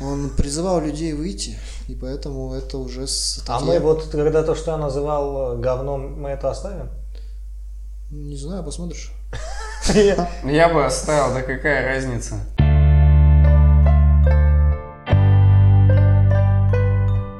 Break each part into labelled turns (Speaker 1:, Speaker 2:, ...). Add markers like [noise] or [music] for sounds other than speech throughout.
Speaker 1: он призывал людей выйти, и поэтому это уже статья.
Speaker 2: А мы вот, когда то, что я называл э, говном, мы это оставим?
Speaker 1: Не знаю, посмотришь.
Speaker 3: Я бы оставил, да какая разница.
Speaker 2: [laughs]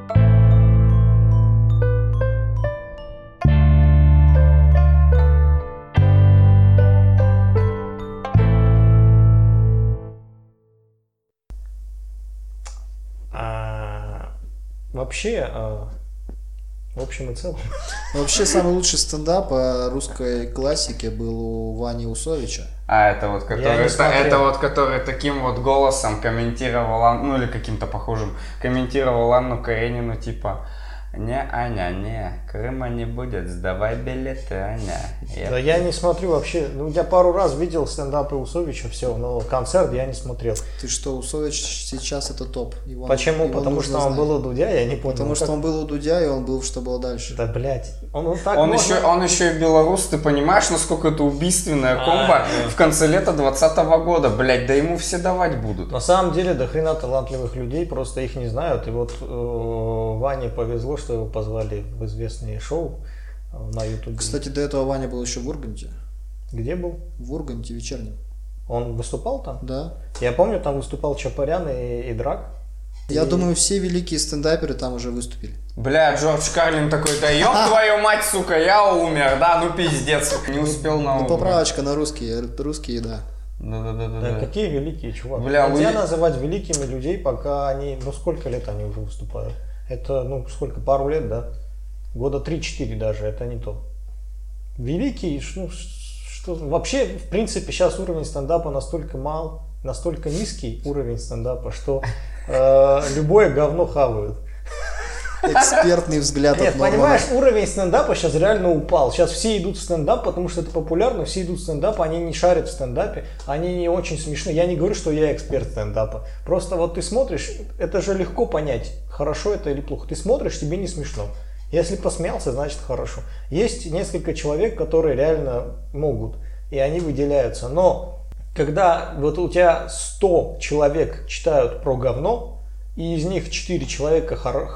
Speaker 2: А, Вообще, а, в общем и целом,
Speaker 1: Вообще, самый лучший стендап по русской классике был у Вани Усовича.
Speaker 3: А это вот, который,
Speaker 2: не
Speaker 3: это,
Speaker 2: смотрел.
Speaker 3: это вот, который таким вот голосом комментировал, Ан- ну или каким-то похожим, комментировал Анну Каренину, типа, не, Аня, не, Крыма не будет, сдавай билеты, Аня. Я-
Speaker 2: Да я не смотрю вообще. Ну, я пару раз видел стендапы Усовича, все, но концерт я не смотрел.
Speaker 1: Ты что, Усович сейчас это топ. Его-
Speaker 2: Почему?
Speaker 1: его
Speaker 2: Потому
Speaker 1: нужно
Speaker 2: что он
Speaker 1: знать.
Speaker 2: был у Дудя, я не понял.
Speaker 1: Потому
Speaker 2: ну,
Speaker 1: что
Speaker 2: как-
Speaker 1: он был у Дудя, и он был, в что было дальше.
Speaker 2: Да, блядь. Он вот так
Speaker 3: он,
Speaker 2: можно-
Speaker 3: еще, он еще и белорус, ты понимаешь, насколько это убийственная
Speaker 2: А,
Speaker 3: комбо в конце лета 2020 года, блядь, да ему все давать будут.
Speaker 2: На самом деле, до хрена талантливых людей, просто их не знают. И вот э, Ване повезло, что его позвали в известные шоу э, на Ютубе.
Speaker 1: Кстати, до этого Ваня был еще в Урганте.
Speaker 2: Где был?
Speaker 1: В Урганте вечернем.
Speaker 2: Он выступал там?
Speaker 1: Да.
Speaker 2: Я помню, там выступал Чапарян и, и Драк.
Speaker 1: Я
Speaker 2: И-
Speaker 1: думаю, все великие стендаперы там уже выступили.
Speaker 3: Бля, Джордж Карлин такой, да ёб
Speaker 2: [laughs]
Speaker 3: твою мать, сука, я умер, да, ну пиздец, не успел на
Speaker 1: Ну,
Speaker 3: угол.
Speaker 1: поправочка на русские. Русские, да.
Speaker 3: Да-да-да-да.
Speaker 2: Да Э, какие великие, чувак.
Speaker 3: Бля,
Speaker 2: Нельзя
Speaker 3: вы-
Speaker 2: называть великими людей, пока они... Ну, сколько лет они уже выступают? Это, ну, сколько? Пару лет, да? Года 3-4 даже, это не то. Великий, ш- ну, ш- что... Вообще, в принципе, сейчас уровень стендапа настолько мал, настолько низкий уровень стендапа, что э, любое говно хавают.
Speaker 1: Экспертный взгляд от
Speaker 2: Нет,
Speaker 1: Нормана.
Speaker 2: понимаешь, уровень стендапа сейчас реально упал. Сейчас все идут в стендап, потому что это популярно, все идут в стендап, они не шарят в стендапе, они не очень смешны. Я не говорю, что я эксперт стендапа. Просто вот ты смотришь, это же легко понять, хорошо это или плохо. Ты смотришь, тебе не смешно. Если посмеялся, значит хорошо. Есть несколько человек, которые реально могут, и они выделяются. Но когда вот у тебя 100 человек читают про говно, и из них 4 человека хоро-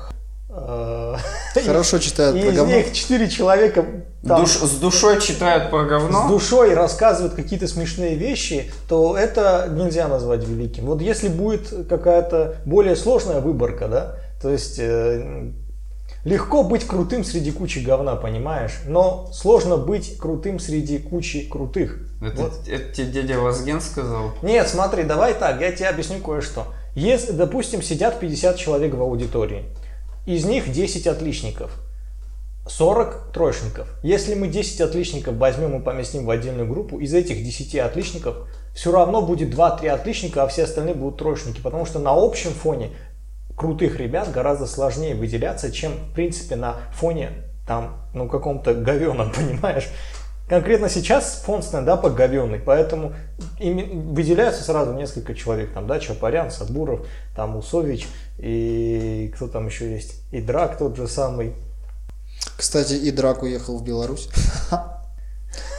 Speaker 2: э, [laughs]
Speaker 1: Хорошо читают
Speaker 2: и
Speaker 1: про
Speaker 2: из
Speaker 1: говно.
Speaker 2: них четыре человека там
Speaker 3: Душ- с душой читают про говно.
Speaker 2: с душой рассказывают какие-то смешные вещи, то это нельзя назвать великим. Вот если будет какая-то более сложная выборка, да, то есть э, легко быть крутым среди кучи говна, понимаешь, но сложно быть крутым среди кучи крутых.
Speaker 3: Это,
Speaker 2: Вот.
Speaker 3: это тебе дядя Вазген сказал?
Speaker 2: Нет, смотри, давай так, я тебе объясню кое-что. Если, допустим, сидят 50 человек в аудитории, из них 10 отличников, 40 троечников. Если мы 10 отличников возьмем и поместим в отдельную группу, из этих 10 отличников все равно будет 2-3 отличника, а все остальные будут троечники, потому что на общем фоне крутых ребят гораздо сложнее выделяться, чем, в принципе, на фоне там, ну, каком-то говеном, [laughs] понимаешь? Конкретно сейчас фон стендапа говеный, поэтому ими выделяются сразу несколько человек, там, да, Чапарян, Сабуров, там, Усович, и кто там еще есть, и Драк тот же самый.
Speaker 1: Кстати, и Драк уехал в Беларусь. [laughs]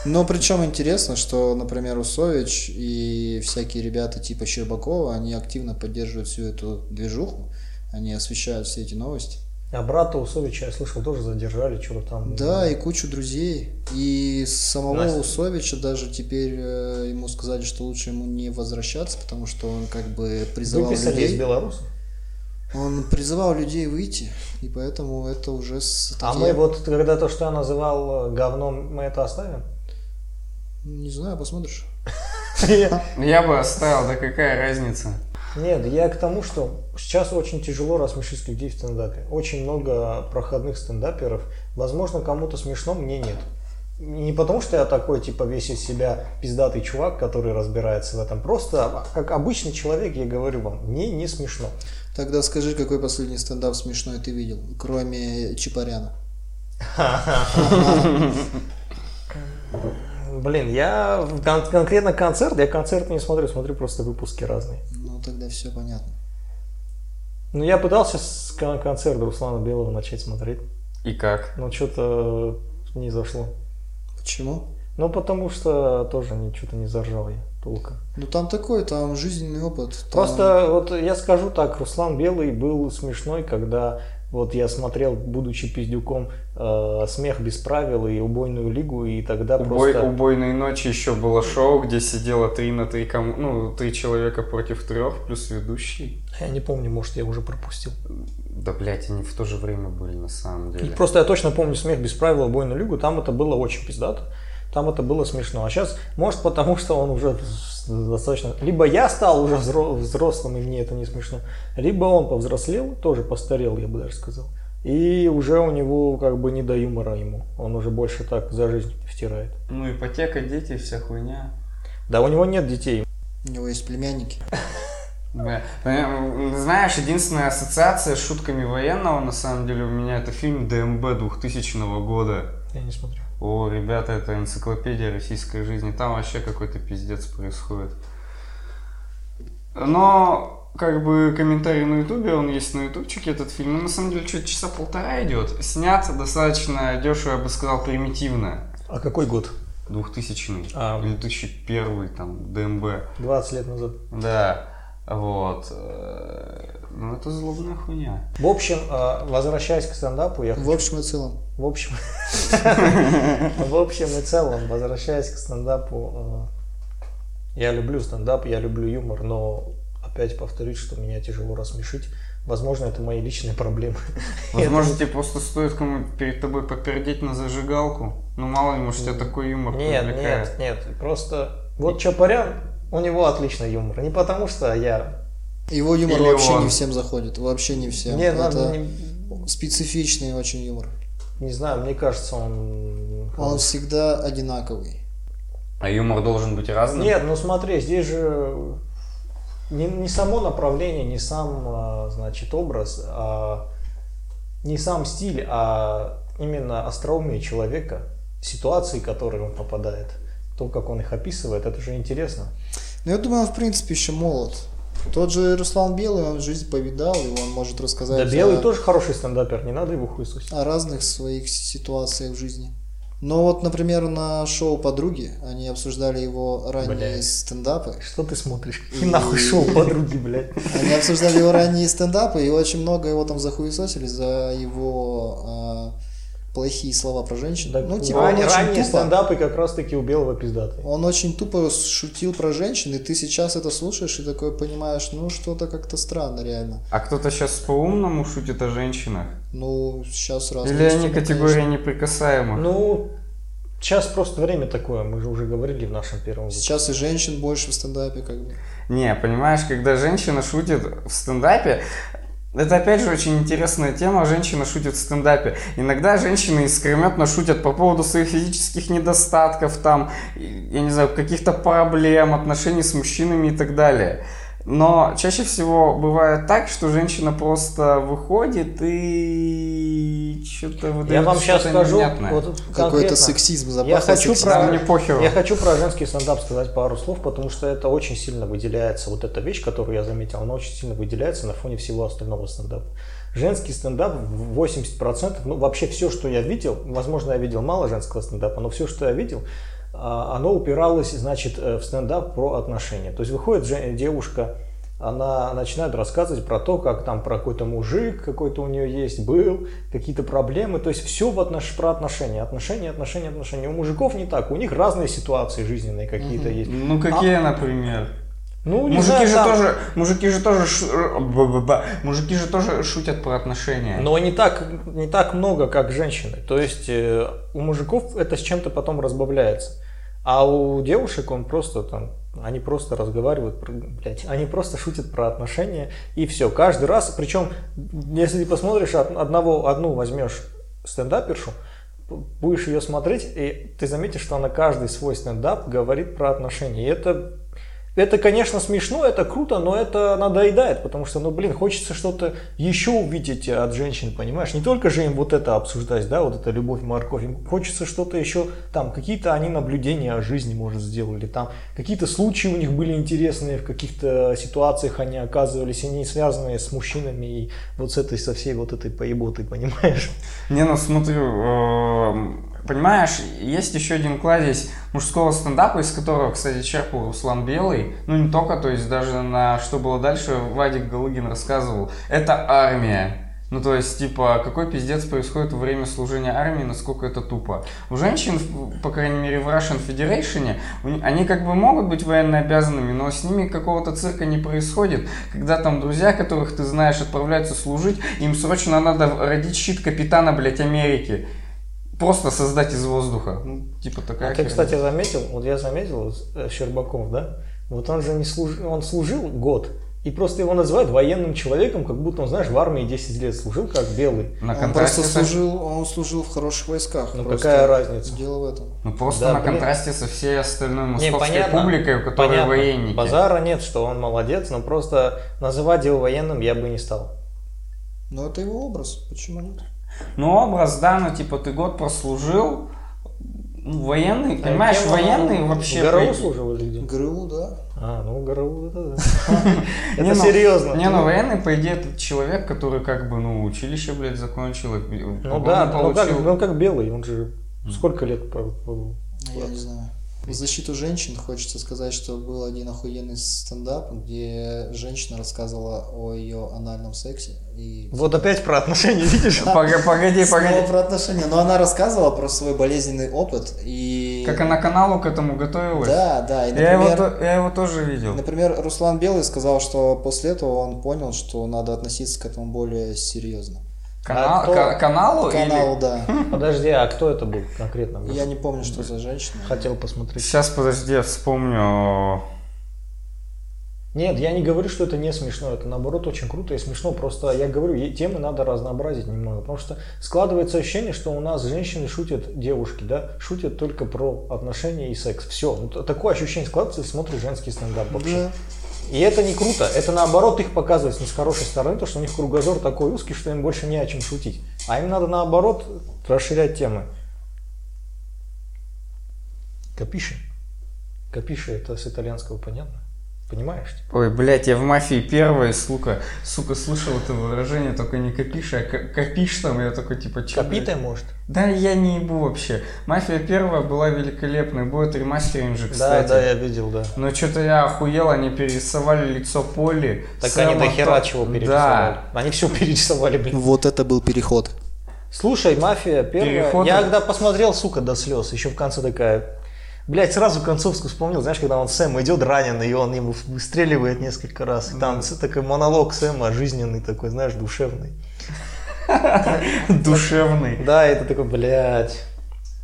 Speaker 1: Но причем интересно, что, например, Усович и всякие ребята типа Щербакова, они активно поддерживают всю эту движуху, они освещают все эти новости.
Speaker 2: А брата Усовича, я слышал, тоже задержали, что-то там.
Speaker 1: Да, и кучу друзей. И самого
Speaker 2: Настя.
Speaker 1: Усовича даже теперь э, ему сказали, что лучше ему не возвращаться, потому что он как бы призывал
Speaker 2: Выписали из
Speaker 1: людей.
Speaker 2: белорусов.
Speaker 1: Он призывал людей выйти, и поэтому это уже статья.
Speaker 2: А мы вот, когда то, что я называл э, говном, мы это
Speaker 1: [laughs]
Speaker 2: оставим?
Speaker 1: Не знаю, посмотришь.
Speaker 3: Я бы оставил, да какая разница.
Speaker 2: Нет, я к тому, что сейчас очень тяжело рассмешить людей в стендапе. Очень много проходных стендаперов. Возможно, кому-то смешно, мне нет. Не потому, что я такой, типа, весь из себя пиздатый чувак, который разбирается в этом. Просто, а, как обычный человек, я говорю вам, мне
Speaker 1: [laughs]
Speaker 2: не смешно.
Speaker 1: Тогда скажи, какой последний стендап смешной ты видел, кроме
Speaker 2: [laughs]
Speaker 1: Чапаряна? Ну,
Speaker 2: Блин, я в кон- конкретно концерт, я концерт не смотрю, смотрю просто выпуски разные.
Speaker 1: Ну, тогда все понятно.
Speaker 2: Но я пытался с кон- концерта Руслана Белого начать смотреть,
Speaker 3: И как?
Speaker 2: но что-то не зашло.
Speaker 1: Почему?
Speaker 2: Ну, потому что тоже ничего-то не заржал я толком.
Speaker 1: Ну там такой, там жизненный опыт. там-
Speaker 2: Просто вот я скажу так, Руслан Белый был смешной, когда вот я смотрел, будучи пиздюком, э, «Смех без правил» и «Убойную лигу», и тогда
Speaker 3: Убой,
Speaker 2: просто...
Speaker 3: убойной ночи еще было шоу, где сидело три на три кому, ну, три человека против трех, плюс ведущий.
Speaker 2: Я не помню, может, я уже пропустил.
Speaker 3: Да, блядь, они в то же время были на самом деле.
Speaker 2: Просто я точно помню «Смех без правил» и «Убойную лигу», там это было очень пиздато. Там это было смешно. А сейчас, может, потому что он уже достаточно... Либо я стал уже взро- взрослым, и мне это не смешно, либо он повзрослел, тоже постарел, я бы даже сказал. И уже у него как бы не до юмора ему. Он уже больше так за жизнь втирает.
Speaker 3: Ну, ипотека, дети, вся хуйня.
Speaker 2: Да, у него нет детей.
Speaker 1: У него есть племянники.
Speaker 3: Бля, понимаешь, Знаешь, единственная ассоциация с шутками военного, на самом деле, у меня это фильм ДМБ 2000 года.
Speaker 2: Я не смотрю.
Speaker 3: О, ребята, это энциклопедия российской жизни. Там вообще какой-то пиздец происходит. Но, как бы, комментарий на ютубе, он есть на ютубчике, этот фильм. Ну, на самом деле, что-то часа полтора идет. Снят достаточно дешево, я бы сказал, примитивно.
Speaker 2: А какой год?
Speaker 3: 2000
Speaker 2: А.
Speaker 3: или 2001 там, ДМБ.
Speaker 2: 20 лет назад.
Speaker 3: Да, вот. э, Ну, это злобная хуйня.
Speaker 2: В общем, э, возвращаясь к стендапу, я
Speaker 1: В общем и целом. [laughs]
Speaker 2: В общем, в общем и целом, возвращаясь к стендапу, э, я люблю стендап, я люблю юмор, но опять повторюсь, что меня тяжело рассмешить. Возможно, это мои личные проблемы.
Speaker 3: Возможно, тебе просто стоит кому перед тобой попердеть на зажигалку. Ну, мало ли, может, тебя такой юмор
Speaker 2: Нет,
Speaker 3: привлекает.
Speaker 2: нет, нет. Просто вот Чапарян, у него отличный юмор. Не потому что я...
Speaker 1: Его юмор
Speaker 3: Или
Speaker 1: вообще
Speaker 3: он.
Speaker 1: не всем заходит. Вообще не всем.
Speaker 2: Не,
Speaker 1: Это
Speaker 2: надо не-
Speaker 1: специфичный очень юмор.
Speaker 2: не знаю, мне кажется, он...
Speaker 1: Он всегда одинаковый.
Speaker 3: А юмор должен быть разным?
Speaker 2: Нет, ну смотри, здесь же э, не, не само направление, не сам, а, значит, образ, а не сам стиль, а именно остроумие человека, ситуации, в которые он попадает, то, как он их описывает, это же интересно.
Speaker 1: Но Ну, я думаю, он в принципе еще молод. Тот же Руслан Белый, он жизнь повидал, и он может рассказать
Speaker 2: Да, Белый
Speaker 1: о,
Speaker 2: тоже хороший стендапер, не надо его хуесосить.
Speaker 1: о разных своих ситуациях в жизни. Но вот, например, на шоу «Подруги» они обсуждали его ранние
Speaker 2: Блядь.
Speaker 1: стендапы.
Speaker 2: Что ты смотришь?
Speaker 1: И-
Speaker 2: И нахуй шел подруги, блядь.
Speaker 1: Они обсуждали его ранние стендапы, и очень много его там захуесосили за его а, плохие слова про женщин.
Speaker 2: Да,
Speaker 1: ну, типа, он
Speaker 2: ран-
Speaker 1: очень
Speaker 2: ранние
Speaker 1: тупо.
Speaker 2: стендапы как раз-таки у Белого пиздатые.
Speaker 1: Он очень тупо шутил про женщин, и ты сейчас это слушаешь и такой понимаешь, ну что-то как-то странно реально.
Speaker 3: А кто-то сейчас по-умному шутит о женщинах?
Speaker 1: Ну, сейчас раз.
Speaker 3: Или они категория неприкасаемых?
Speaker 2: Ну, сейчас просто время такое, мы же уже говорили в нашем первом выпуске.
Speaker 1: Сейчас и женщин больше в стендапе, как бы.
Speaker 3: Не, понимаешь, когда женщина шутит в стендапе, это опять же очень интересная тема, женщина шутит в стендапе. Иногда женщины искрометно шутят по поводу своих физических недостатков, там, и- я не знаю, каких-то проблем, отношений с мужчинами и так далее. Но чаще всего бывает так, что женщина просто выходит и что-то
Speaker 2: Я
Speaker 3: выдает
Speaker 2: вам сейчас
Speaker 3: что-то
Speaker 2: скажу,
Speaker 3: невнятное.
Speaker 2: вот
Speaker 1: Какой-то
Speaker 2: конкретно,
Speaker 1: сексизм, запах
Speaker 2: хочу
Speaker 1: сексизма.
Speaker 3: Да,
Speaker 2: про-
Speaker 3: мне похеру.
Speaker 2: я хочу про женский стендап сказать пару слов, потому что это очень сильно выделяется, вот эта вещь, которую я заметил, она очень сильно выделяется на фоне всего остального стендапа. Женский стендап в 80%, ну вообще все, что я видел, возможно, я видел мало женского стендапа, но все, что я видел, а, оно упиралось, значит, э, в стендап про отношения. То есть выходит же- э, девушка, она начинает рассказывать про то, как там про какой-то мужик, какой-то у нее есть, был, какие-то проблемы. То есть все в отнош... про отношения. Отношения, отношения, отношения. У мужиков не так. У них разные ситуации жизненные какие-то есть.
Speaker 3: Ну какие, например?
Speaker 2: А? Ну, не
Speaker 3: Мужики
Speaker 2: знаю,
Speaker 3: же
Speaker 2: там-
Speaker 3: тоже, мужики же тоже, шу- р- ба-ба-ба. мужики же тоже шутят про отношения.
Speaker 2: Но не так, не так много, как женщины. То есть э, у мужиков это с чем-то потом разбавляется. А у девушек он просто там, они просто разговаривают, про- блядь, они просто шутят про отношения и все. Каждый раз, причем, если ты посмотришь од- одного, одну возьмешь стендапершу, будешь ее смотреть, и ты заметишь, что она каждый свой стендап говорит про отношения. И это, это, конечно, смешно, это круто, но это надоедает, потому что, ну, блин, хочется что-то еще увидеть от женщин, понимаешь? Не только же им вот это обсуждать, да, вот это любовь, морковь. Им хочется что-то еще, там, какие-то они наблюдения о жизни, может, сделали, там, какие-то случаи у них были интересные, в каких-то ситуациях они оказывались, и не связанные с мужчинами и вот с этой, со всей вот этой поеботой, понимаешь?
Speaker 3: Не, ну смотрю, эм, Понимаешь, есть еще один кладезь мужского стендапа, из которого, кстати, черпал Руслан Белый. Ну, не только, то есть даже на «Что было дальше» Вадик Галыгин рассказывал. Это армия. Ну, то есть, типа, какой пиздец происходит во время служения армии, насколько это тупо. У женщин, в- по крайней мере, в Russian Federation, у ни- они как бы могут быть военно обязанными, но с ними какого-то цирка не происходит. Когда там друзья, которых ты знаешь, отправляются служить, им срочно надо родить щит капитана, блядь, Америки. Просто создать из воздуха. Ну, типа такая
Speaker 2: А ты,
Speaker 3: херня.
Speaker 2: кстати, заметил, вот я заметил, вот, э, Щербаков, да? Вот он же не служил, он служил год, и просто его называют военным человеком, как будто он, знаешь, в армии 10 лет служил, как белый.
Speaker 3: на
Speaker 1: он
Speaker 3: контрасте
Speaker 1: просто
Speaker 3: со-
Speaker 1: служил, он служил в хороших войсках.
Speaker 2: Ну
Speaker 1: просто
Speaker 2: какая разница?
Speaker 1: Дело в этом.
Speaker 3: Ну, просто
Speaker 2: Да,
Speaker 3: на
Speaker 2: блин.
Speaker 3: контрасте со всей остальной
Speaker 2: Не,
Speaker 3: московской публикой, у которой
Speaker 2: понятно.
Speaker 3: военники.
Speaker 2: Базара нет, что он молодец, но просто называть его военным я бы не стал.
Speaker 1: Но это его образ, почему нет?
Speaker 3: Ну, образ, да, ну, типа, ты год прослужил, ну, военный,
Speaker 2: А
Speaker 3: понимаешь,
Speaker 2: кем он
Speaker 3: военный
Speaker 2: в
Speaker 3: вообще...
Speaker 2: ГРУ
Speaker 3: блядь,
Speaker 2: служил или где?
Speaker 1: ГРУ, да.
Speaker 2: А, ну ГРУ, да, да. [laughs]
Speaker 3: Не,
Speaker 2: Это
Speaker 3: ну,
Speaker 2: серьезно.
Speaker 3: Не, ну, военный, по идее, это человек, который, как бы, ну, училище, блядь, закончил, и
Speaker 2: Ну
Speaker 3: погоны
Speaker 2: да, ну как,
Speaker 3: получил.
Speaker 2: ну как белый, он же сколько лет пробыл?
Speaker 1: Я не знаю. В защиту женщин хочется сказать, что был один охуенный стендап, где женщина рассказывала о ее анальном сексе. И
Speaker 2: Вот опять про отношения, [laughs] видишь?
Speaker 3: Пога- Погоди,
Speaker 1: Снова
Speaker 3: погоди.
Speaker 1: про отношения. Но она рассказывала про свой болезненный опыт и...
Speaker 3: Как она каналу к этому готовилась?
Speaker 1: Да, да. И,
Speaker 3: Я его,
Speaker 1: например,
Speaker 3: то- я его тоже видел.
Speaker 1: например, Руслан Белый сказал, что после этого он понял, что надо относиться к этому более серьезно.
Speaker 3: Канал-
Speaker 2: А кто-
Speaker 3: ка- каналу
Speaker 1: По каналу,
Speaker 3: Ну, или... [laughs]
Speaker 1: да.
Speaker 2: Подожди, а кто это был конкретно?
Speaker 1: Я не помню, что за женщина.
Speaker 2: Хотел посмотреть.
Speaker 3: Сейчас, подожди, я вспомню.
Speaker 2: Нет, я не говорю, что это не смешно, это наоборот очень круто и смешно, просто я говорю, е- темы надо разнообразить немного, потому что складывается ощущение, что у нас женщины шутят, девушки, да, шутят только про отношения и секс, все, такое ощущение складывается, если смотришь женский стендап вообще.
Speaker 1: Да.
Speaker 2: И это не круто, это наоборот их показывает не с хорошей стороны, то что у них кругозор такой узкий, что им больше не о чем шутить. А им надо наоборот расширять темы. Капиши. Капиши это с итальянского понятно? Понимаешь?
Speaker 3: Ой, блядь, я в мафии первая, сука. Сука, слышал это выражение, только не копишь, а ко- копишь там, я такой типа че.
Speaker 2: Капитая может.
Speaker 3: Да я не ебу вообще. Мафия первая была великолепной, будет ремастеринг же, кстати.
Speaker 2: Да, да, я видел, да.
Speaker 3: Но что-то я охуел, они перерисовали лицо Поли.
Speaker 2: Так
Speaker 3: Сэма
Speaker 2: они до хера
Speaker 3: Тор-
Speaker 2: чего перерисовали.
Speaker 3: Да.
Speaker 2: Они
Speaker 3: [laughs]
Speaker 2: все перерисовали, блин.
Speaker 1: Вот это был переход.
Speaker 2: Слушай, мафия первая.
Speaker 3: Переходы.
Speaker 2: Я когда посмотрел, сука, до слез, еще в конце такая. Блять, сразу концовку вспомнил, знаешь, когда он Сэм идет раненый, и он ему выстреливает несколько раз. И там ц- такой монолог Сэма жизненный такой, знаешь, душевный.
Speaker 3: [laughs] Душевный.
Speaker 2: Да, это такой, блядь.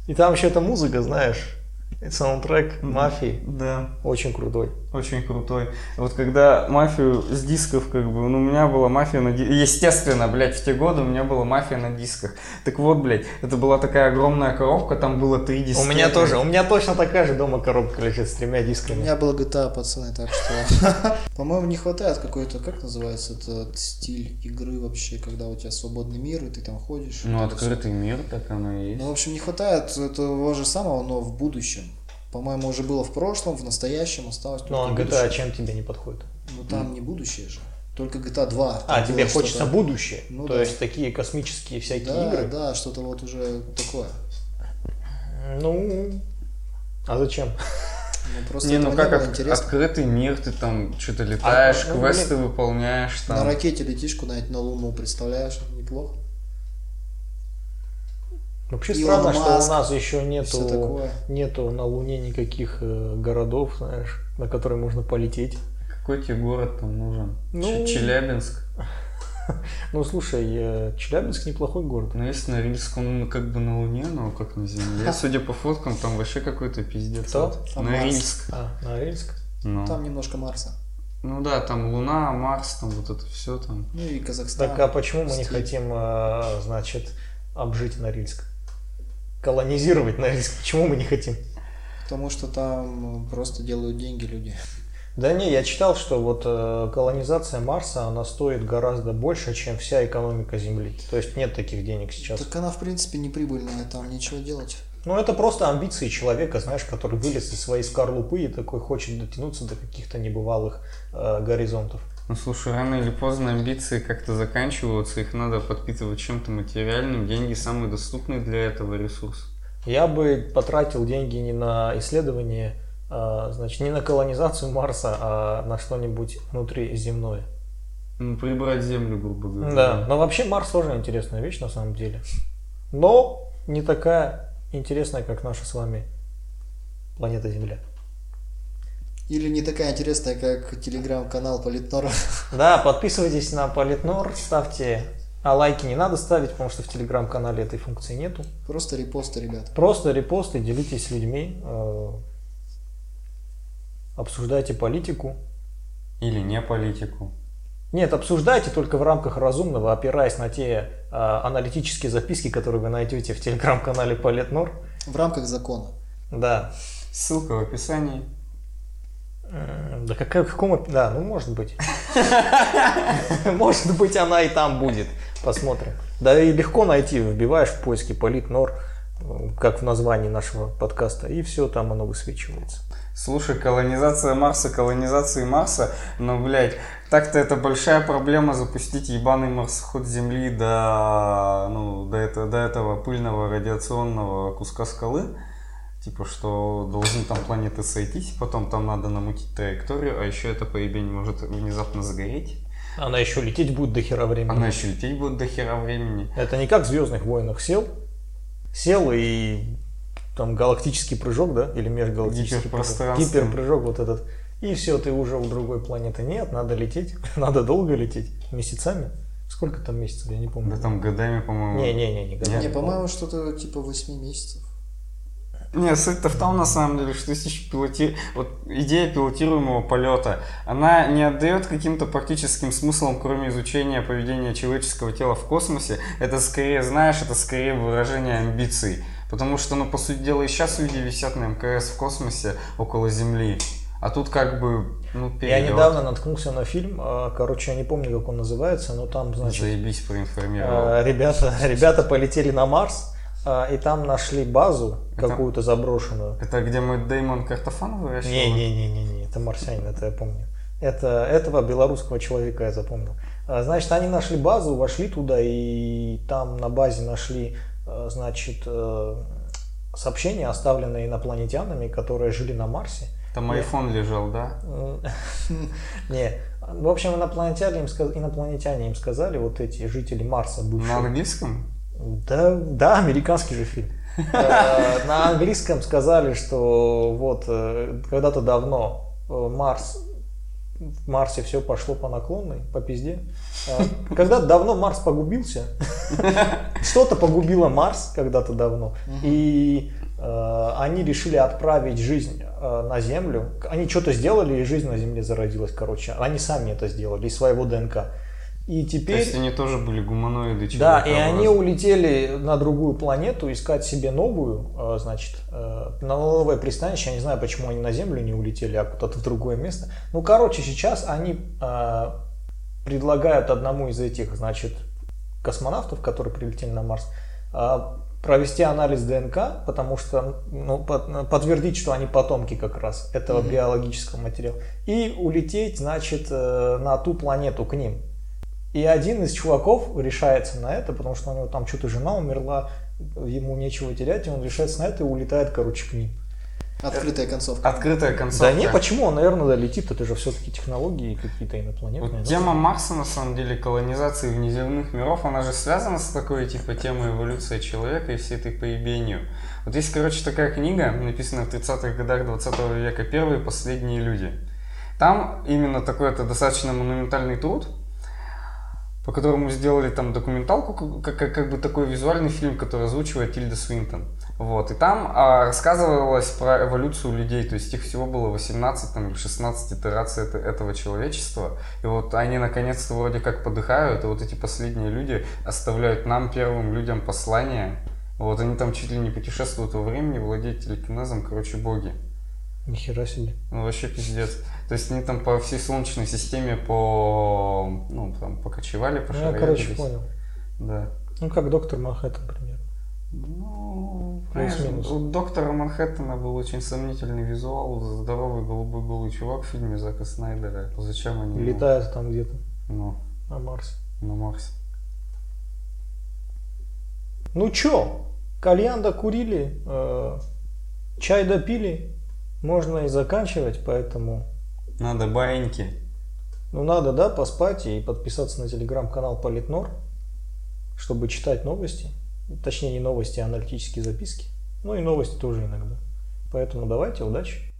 Speaker 2: И там еще эта музыка, знаешь, и саундтрек
Speaker 3: Мгм.
Speaker 2: мафии.
Speaker 3: Да.
Speaker 2: Очень крутой.
Speaker 3: Очень крутой. Вот когда мафию с дисков, как бы, ну, у меня была мафия на дисках. Естественно, блядь, в те годы у меня была мафия на дисках. Так вот, блядь, это была такая огромная коробка, там было три диска.
Speaker 2: У меня тоже, у меня точно такая же дома коробка лежит с тремя
Speaker 1: У
Speaker 2: дисками.
Speaker 1: меня было GTA, пацаны, так что... [laughs] По-моему, не хватает какой-то, как называется этот стиль игры вообще, когда у тебя свободный мир, и ты там ходишь.
Speaker 3: Ну,
Speaker 1: вот это всё.
Speaker 3: открытый мир, так оно и есть.
Speaker 1: Ну, в общем, не хватает того же самого, но в будущем. По-моему, уже было в прошлом, в настоящем осталось только
Speaker 2: Но Ну, а GTA
Speaker 1: будущее.
Speaker 2: чем тебе не подходит?
Speaker 1: Но там не будущее же. Только GTA 2.
Speaker 2: А,
Speaker 1: там
Speaker 2: тебе
Speaker 1: было
Speaker 2: хочется
Speaker 1: что-то-
Speaker 2: будущее.
Speaker 1: Ну
Speaker 2: То
Speaker 1: да.
Speaker 2: есть такие космические всякие
Speaker 1: Да,
Speaker 2: игры.
Speaker 1: да, что-то вот уже такое.
Speaker 2: Ну. А зачем?
Speaker 1: Ну, просто
Speaker 3: Не,
Speaker 1: этого
Speaker 3: ну как
Speaker 1: было
Speaker 3: от-
Speaker 1: интересно. А
Speaker 3: открытый мир, ты там что-то летаешь,
Speaker 2: ну,
Speaker 3: квесты выполняешь
Speaker 1: На
Speaker 3: там.
Speaker 1: ракете летишь куда-нибудь на Луну, представляешь, неплохо.
Speaker 2: Вообще
Speaker 1: Илон
Speaker 2: странно, что
Speaker 1: Маск,
Speaker 2: у нас еще
Speaker 1: Все
Speaker 2: нету,
Speaker 1: такое.
Speaker 2: нету на Луне никаких э, городов, знаешь, на которые можно полететь.
Speaker 3: Какой тебе город там нужен?
Speaker 2: Ну.
Speaker 3: Ч- Челябинск.
Speaker 2: Ну слушай, э, Челябинск неплохой город.
Speaker 3: Ну, если на Рильском, ну, как бы на Луне, но как на Земле.
Speaker 1: [laughs]
Speaker 3: Судя по фоткам, там вообще какой-то пиздец.
Speaker 2: Кто?
Speaker 3: Вот.
Speaker 1: А
Speaker 3: На
Speaker 1: Марс?
Speaker 3: Рильск.
Speaker 2: А, Норильск?
Speaker 3: Ну.
Speaker 1: Там немножко Марса.
Speaker 3: Ну да, там Луна, Марс, там вот это все там.
Speaker 1: Ну и Казахстан.
Speaker 2: Так а почему мы не
Speaker 1: Стиль.
Speaker 2: хотим, э, значит, обжить Норильск? Колонизировать Норильск? Почему мы не хотим?
Speaker 1: Потому что там э, просто делают деньги люди.
Speaker 2: Да не, я читал, что вот э, колонизация Марса, она стоит гораздо больше, чем вся экономика Земли. То есть нет таких денег сейчас.
Speaker 1: Так она, в принципе, неприбыльная, там нечего делать.
Speaker 2: Ну, это просто амбиции человека, знаешь, который вылез из своей скорлупы и такой хочет дотянуться до каких-то небывалых э, горизонтов.
Speaker 3: Ну слушай, рано или поздно амбиции как-то заканчиваются, их надо подпитывать чем-то материальным. Деньги самый доступный для этого ресурс.
Speaker 2: я бы потратил деньги не на исследование, а, значит, не на колонизацию Марса, а на что-нибудь внутриземное.
Speaker 3: Ну, прибрать землю, грубо говоря.
Speaker 2: Да, но вообще Марс тоже интересная вещь на самом деле. Но не такая интересная, как наша с вами планета Земля.
Speaker 1: Или не такая интересная, как телеграм-канал Политнора. [laughs]
Speaker 2: Да, подписывайтесь на Политнор, ставьте... А лайки не надо ставить, потому что в телеграм-канале этой функции нету.
Speaker 1: Просто репосты, ребят.
Speaker 2: Просто репосты, делитесь с людьми, э, обсуждайте политику.
Speaker 3: Или не политику.
Speaker 2: Нет, обсуждайте только в рамках разумного, опираясь на те э, аналитические записки, которые вы найдете в телеграм-канале Политнор.
Speaker 1: В рамках закона.
Speaker 2: Да,
Speaker 3: Ссылка в описании.
Speaker 2: М, Э, Да какая, в каком... оп- Да, ну может быть. [laughs] Может быть она и там будет. Посмотрим. Да и легко найти, вбиваешь в поиске Политнор, м, как в названии нашего подкаста, и все, там оно высвечивается.
Speaker 3: Слушай, колонизация Марса, колонизация Марса, но, блядь, так-то это большая проблема запустить ебаный марсоход Земли до, ну, до, этого, до этого пыльного радиационного куска скалы. Типа, что должны там планеты сойтись, потом там надо намутить траекторию, а еще эта поебень может внезапно загореть.
Speaker 2: Она еще лететь будет до хера времени.
Speaker 3: Она еще лететь будет до хера времени.
Speaker 2: Это не как в Звездных войнах сел. Сел и там галактический прыжок, да? Или межгалактический прыжок.
Speaker 3: Гиперпространственный.
Speaker 2: Гиперпрыжок вот этот. И все, ты уже у другой планеты. Нет, надо лететь. [laughs] Надо долго лететь. Месяцами. Сколько там месяцев, я не помню.
Speaker 3: Да там годами, по-моему.
Speaker 2: Не-не-не, не
Speaker 1: Не,
Speaker 2: годами.
Speaker 1: по-моему, что-то типа 8 месяцев.
Speaker 3: Не, суть-то в том, на самом деле, что здесь еще пилоти... вот идея пилотируемого полета, она не отдает каким-то практическим смыслам, кроме изучения поведения человеческого тела в космосе. Это скорее, знаешь, это скорее выражение амбиций. Потому что, ну, по сути дела, и сейчас люди висят на МКС в космосе около Земли. А тут как бы, ну,
Speaker 2: Я
Speaker 3: перелет.
Speaker 2: недавно наткнулся на фильм, а, короче, я не помню, как он называется, но там, значит,
Speaker 3: Заебись проинформировал.
Speaker 2: а, ребята, [laughs] ребята полетели на Марс, а, и там нашли базу
Speaker 3: А
Speaker 2: какую-то заброшенную.
Speaker 3: Это где мой Дэймон Картофан выращивал?
Speaker 2: Не-не-не-не, это марсианин, это я помню. Это этого белорусского человека я запомнил. А, Значит, они нашли базу, вошли туда, и там на базе нашли, э, значит, э, сообщения, оставленные инопланетянами, которые жили на Марсе. [laughs]
Speaker 3: Там айфон лежал, да?
Speaker 2: М, Не, в общем, инопланетяне им, сказ- инопланетяне им сказали, вот эти жители Марса
Speaker 3: На
Speaker 2: бывшие.
Speaker 3: английском?
Speaker 2: Да, да, американский же фильм. Э, На английском сказали, что вот э, когда-то давно э, Марс в Марсе все пошло по наклонной, по пизде. Э, Когда-то давно Марс
Speaker 3: [laughs]
Speaker 2: погубился. Что-то погубило Марс когда-то давно. И э, они решили отправить жизнь э, на Землю. Они что-то сделали, и жизнь на Земле зародилась, короче. Они сами это сделали из своего ДНК. И
Speaker 3: То
Speaker 2: теперь...
Speaker 3: есть они тоже были гуманоиды
Speaker 2: Да, и они
Speaker 3: человекообразные.
Speaker 2: улетели на другую планету искать себе новую, э, значит, э, на новое пристанище. Я не знаю, почему они на Землю не улетели, а куда-то в другое место. Ну, короче, сейчас они э, предлагают одному из этих, значит, космонавтов, которые прилетели на Марс, э, провести анализ ДНК, потому что, ну, под- подтвердить, что они потомки как раз этого
Speaker 1: Мгм.
Speaker 2: биологического материала, и улететь, значит, э, на ту планету к ним. И один из чуваков решается на это, потому что у него там что-то жена умерла, ему нечего терять, и он решается на это и улетает, короче, к ним.
Speaker 1: Открытая концовка.
Speaker 3: Открытая концовка.
Speaker 2: Да не, почему? Он, наверное, долетит, это же все-таки технологии какие-то инопланетные.
Speaker 3: Вот
Speaker 2: да?
Speaker 3: тема Марса, на самом деле, колонизации внеземных миров, она же связана с такой, типа, темой эволюции человека и всей этой поебенью. Вот есть, короче, такая книга, написанная в 30-х годах 20 века «Первые и последние люди». Там именно такой это достаточно монументальный труд, по которому сделали там документалку, как- как, как, как бы такой визуальный фильм, который озвучивает Тильда Свинтон. Вот, и там а, рассказывалось про эволюцию людей, то есть их всего было 18 там, или 16 итераций это- этого человечества, и вот они наконец-то вроде как подыхают, и вот эти последние люди оставляют нам, первым людям, послание. Вот они там чуть ли не путешествуют во времени, владеют телекинезом, короче, боги.
Speaker 2: Нихера себе.
Speaker 3: Ну, вообще пиздец. То есть они там по всей Солнечной системе по... Ну, там,
Speaker 2: Ну,
Speaker 3: покочевали,
Speaker 2: я, короче,
Speaker 3: пошароябились.
Speaker 2: понял.
Speaker 3: Да.
Speaker 2: Ну, как доктор Манхэттен, например.
Speaker 3: Ну,
Speaker 2: Плюс-минус.
Speaker 3: знаешь, у доктора Манхэттена был очень сомнительный визуал, здоровый голубой голый чувак в фильме Зака Снайдера. Зачем они ему-
Speaker 2: Летает там где-то
Speaker 3: Ну,
Speaker 2: на Марсе.
Speaker 3: на Марсе?
Speaker 2: Ну чё? Кальян докурили, э, чай допили, можно и заканчивать, поэтому
Speaker 3: Надо баиньки.
Speaker 2: ну надо, да, поспать и подписаться на телеграм-канал Политнор, чтобы читать новости, точнее не новости, а аналитические записки, ну и новости тоже иногда. Поэтому давайте, удачи!